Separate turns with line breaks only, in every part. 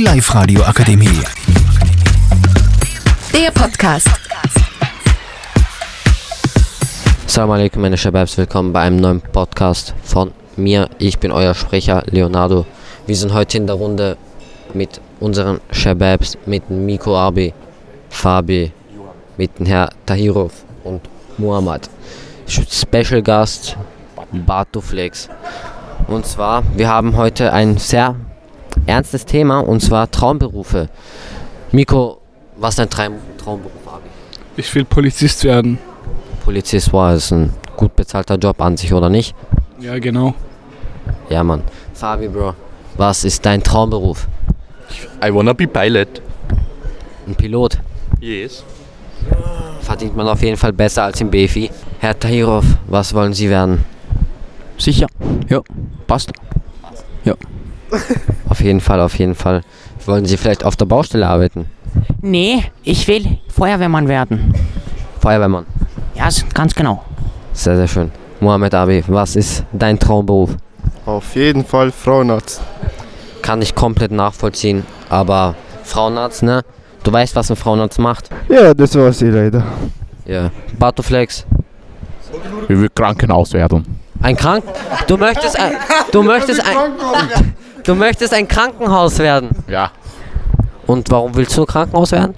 Live Radio Akademie.
Der Podcast.
Salam alaikum, meine Shababs, willkommen bei einem neuen Podcast von mir. Ich bin euer Sprecher Leonardo. Wir sind heute in der Runde mit unseren Shababs, mit Miko Abi, Fabi, mit dem Herr Tahirov und Muhammad. Special Gast Bartuflex. Und zwar, wir haben heute ein sehr ernstes Thema und zwar Traumberufe. Miko, was ist dein Traum Traumberuf, Abi?
Ich will Polizist werden.
Polizist war es ein gut bezahlter Job an sich oder nicht?
Ja, genau.
Ja, Mann. Fabi, Bro, was ist dein Traumberuf?
I wanna be pilot.
Ein Pilot.
Yes.
Verdient man auf jeden Fall besser als im BFI. Herr Tahirov, was wollen Sie werden?
Sicher. Ja, passt.
Auf jeden Fall, auf jeden Fall. Wollen Sie vielleicht auf der Baustelle arbeiten?
Nee, ich will Feuerwehrmann werden.
Feuerwehrmann.
Ja, s- ganz genau.
Sehr, sehr schön. Mohamed Abi, was ist dein Traumberuf?
Auf jeden Fall Frauenarzt.
Kann ich komplett nachvollziehen, aber Frauenarzt, ne? Du weißt, was ein Frauenarzt macht.
Ja, das war's eh leider.
Ja. Bartoflex.
Ich will Krankenhaus werden.
Ein Krank... Du möchtest ein... Du möchtest ein... Du möchtest ein Krankenhaus werden.
Ja.
Und warum willst du Krankenhaus werden?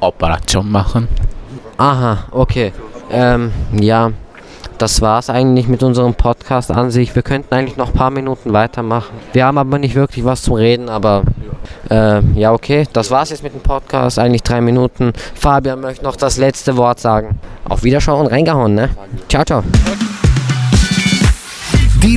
Operation machen.
Aha, okay. Ähm, ja, das war's eigentlich mit unserem Podcast an sich. Wir könnten eigentlich noch ein paar Minuten weitermachen. Wir haben aber nicht wirklich was zum Reden, aber äh, ja, okay. Das war's jetzt mit dem Podcast, eigentlich drei Minuten. Fabian möchte noch das letzte Wort sagen. Auf Wiederschauen, reingehauen, ne? Ciao, ciao.
Die